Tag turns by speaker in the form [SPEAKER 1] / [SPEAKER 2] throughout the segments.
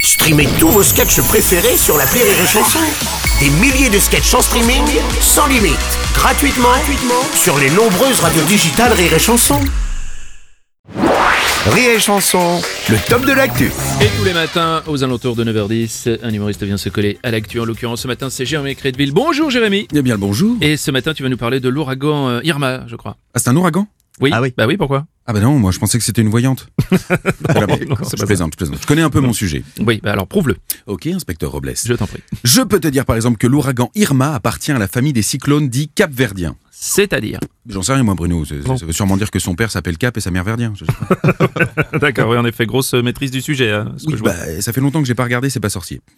[SPEAKER 1] Streamez tous vos sketchs préférés sur la Rire et Chanson. Des milliers de sketchs en streaming, sans limite, gratuitement, gratuitement sur les nombreuses radios digitales Rire et Chanson.
[SPEAKER 2] Rire et Chanson, le top de l'actu.
[SPEAKER 3] Et tous les matins, aux alentours de 9h10, un humoriste vient se coller à l'actu. En l'occurrence, ce matin, c'est Jérémy Crédville. Bonjour Jérémy
[SPEAKER 4] Eh bien le bonjour.
[SPEAKER 3] Et ce matin, tu vas nous parler de l'ouragan euh, Irma, je crois.
[SPEAKER 4] Ah, c'est un ouragan
[SPEAKER 3] Oui
[SPEAKER 2] Ah oui.
[SPEAKER 3] Bah oui, pourquoi
[SPEAKER 4] Ah bah non, moi je pensais que c'était une voyante. Je
[SPEAKER 3] non, c'est pas ça.
[SPEAKER 4] plaisante, je plaisante. Je connais un peu mon sujet.
[SPEAKER 3] Oui, bah alors prouve-le,
[SPEAKER 4] Ok, inspecteur Robles.
[SPEAKER 3] je t'en prie.
[SPEAKER 4] Je peux te dire par exemple que l'ouragan Irma appartient à la famille des cyclones dits capverdiens.
[SPEAKER 3] C'est-à-dire
[SPEAKER 4] J'en sais rien moi Bruno, C'est-
[SPEAKER 3] Bon.
[SPEAKER 4] ça veut sûrement dire que son père s'appelle Cap et sa mère Verdien. Je sais pas.
[SPEAKER 3] D'accord, oui, en effet, grosse maîtrise du sujet, hein, ce que
[SPEAKER 4] Oui,
[SPEAKER 3] je vois.
[SPEAKER 4] bah, ça fait longtemps que j'ai pas regardé, c'est pas sorcier.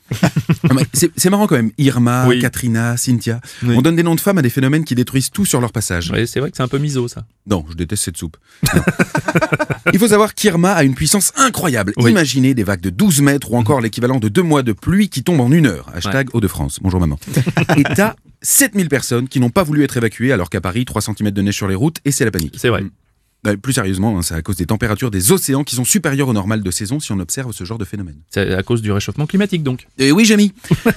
[SPEAKER 4] Non, mais c'est c'est marrant quand même, Irma,
[SPEAKER 3] Oui.
[SPEAKER 4] Katrina, Cynthia.
[SPEAKER 3] Oui.
[SPEAKER 4] On donne des noms de femmes à des phénomènes qui détruisent tout sur leur passage.
[SPEAKER 3] Ouais, c'est vrai que c'est un peu miso, ça.
[SPEAKER 4] Non, je déteste cette soupe. Non. Il faut savoir qu'Irma a une puissance incroyable.
[SPEAKER 3] Oui.
[SPEAKER 4] Imaginez des vagues de 12 mètres ou encore l'équivalent de deux mois de pluie qui tombent en une heure. Hashtag Hauts-de-France. Bonjour maman. et t'as 7000 personnes qui n'ont pas voulu être évacuées alors qu'à Paris, 3 cm de neige sur les routes et c'est la panique.
[SPEAKER 3] C'est vrai.
[SPEAKER 4] Bah, plus sérieusement, hein, c'est à cause des températures des océans qui sont supérieures au normal de saison si on observe ce genre de phénomène.
[SPEAKER 3] C'est à cause du réchauffement climatique, donc.
[SPEAKER 4] Et oui, Jamie.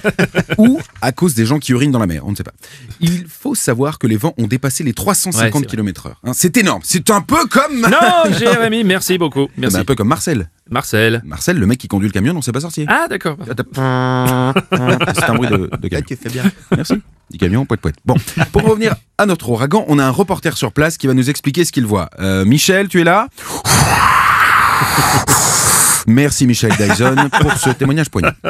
[SPEAKER 4] Ou à cause des gens qui urinent dans la mer, on ne sait pas. Il faut savoir que les vents ont dépassé les 350
[SPEAKER 3] Ouais, c'est
[SPEAKER 4] km/h. hein. c'est énorme. C'est un peu comme.
[SPEAKER 3] Non, Jérémy, merci beaucoup.
[SPEAKER 4] Eh ben,
[SPEAKER 3] Merci.
[SPEAKER 4] un peu comme Marcel.
[SPEAKER 3] Marcel.
[SPEAKER 4] Marcel, le mec qui conduit le camion, non, c'est pas sorcier.
[SPEAKER 3] Ah, d'accord. pardon.
[SPEAKER 4] Ah, t'as- C'est un bruit de, de camion. Merci. Du camion, poète poète. Bon, pour revenir à notre ouragan, on a un reporter sur place qui va nous expliquer ce qu'il voit. Euh, Michel, tu es là Merci Michel Dyson pour ce témoignage poignant.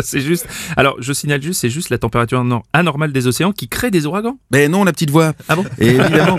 [SPEAKER 3] C'est juste. Alors, je signale juste, c'est juste la température anor- anormale des océans qui crée des ouragans.
[SPEAKER 4] Mais Ben non, la petite voix.
[SPEAKER 3] Ah bon
[SPEAKER 4] Et évidemment,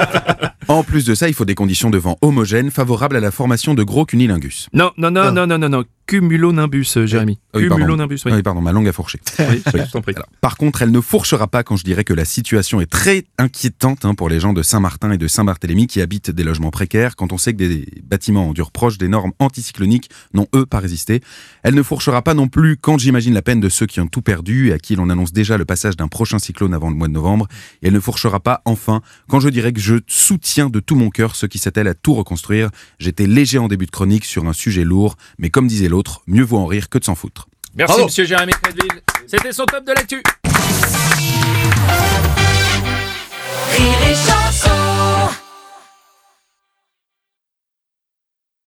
[SPEAKER 4] en plus de ça, il faut des conditions de vent homogènes favorables à la formation de gros cunilingus.
[SPEAKER 3] Non, non, non, non, non, non, non. Cumulonimbus, euh, Jérémy.
[SPEAKER 4] Ah oui, pardon.
[SPEAKER 3] Cumulonimbus, oui.
[SPEAKER 4] Ah oui, pardon, ma langue a fourché.
[SPEAKER 3] Oui, je t'en prie.
[SPEAKER 4] Par contre, elle ne fourchera pas quand je dirais que la situation est très inquiétante hein, pour les gens de Saint-Martin et de Saint-Barthélemy qui habitent des logements précaires quand on sait que des bâtiments en dur proche des normes anticycloniques n'ont eux pas résisté. Elle ne fourchera pas non plus quand j'imagine la peine de ceux qui ont tout perdu et à qui l'on annonce déjà le passage d'un prochain cyclone avant le mois de novembre. Et elle ne fourchera pas enfin quand je dirais que je soutiens de tout mon cœur ceux qui s'attellent à tout reconstruire. J'étais léger en début de chronique sur un sujet lourd, mais comme disait l'autre, mieux vaut en rire que de s'en foutre.
[SPEAKER 3] Merci, monsieur Jérémy Credville. C'était son top de l'actu.
[SPEAKER 5] Rire et chanson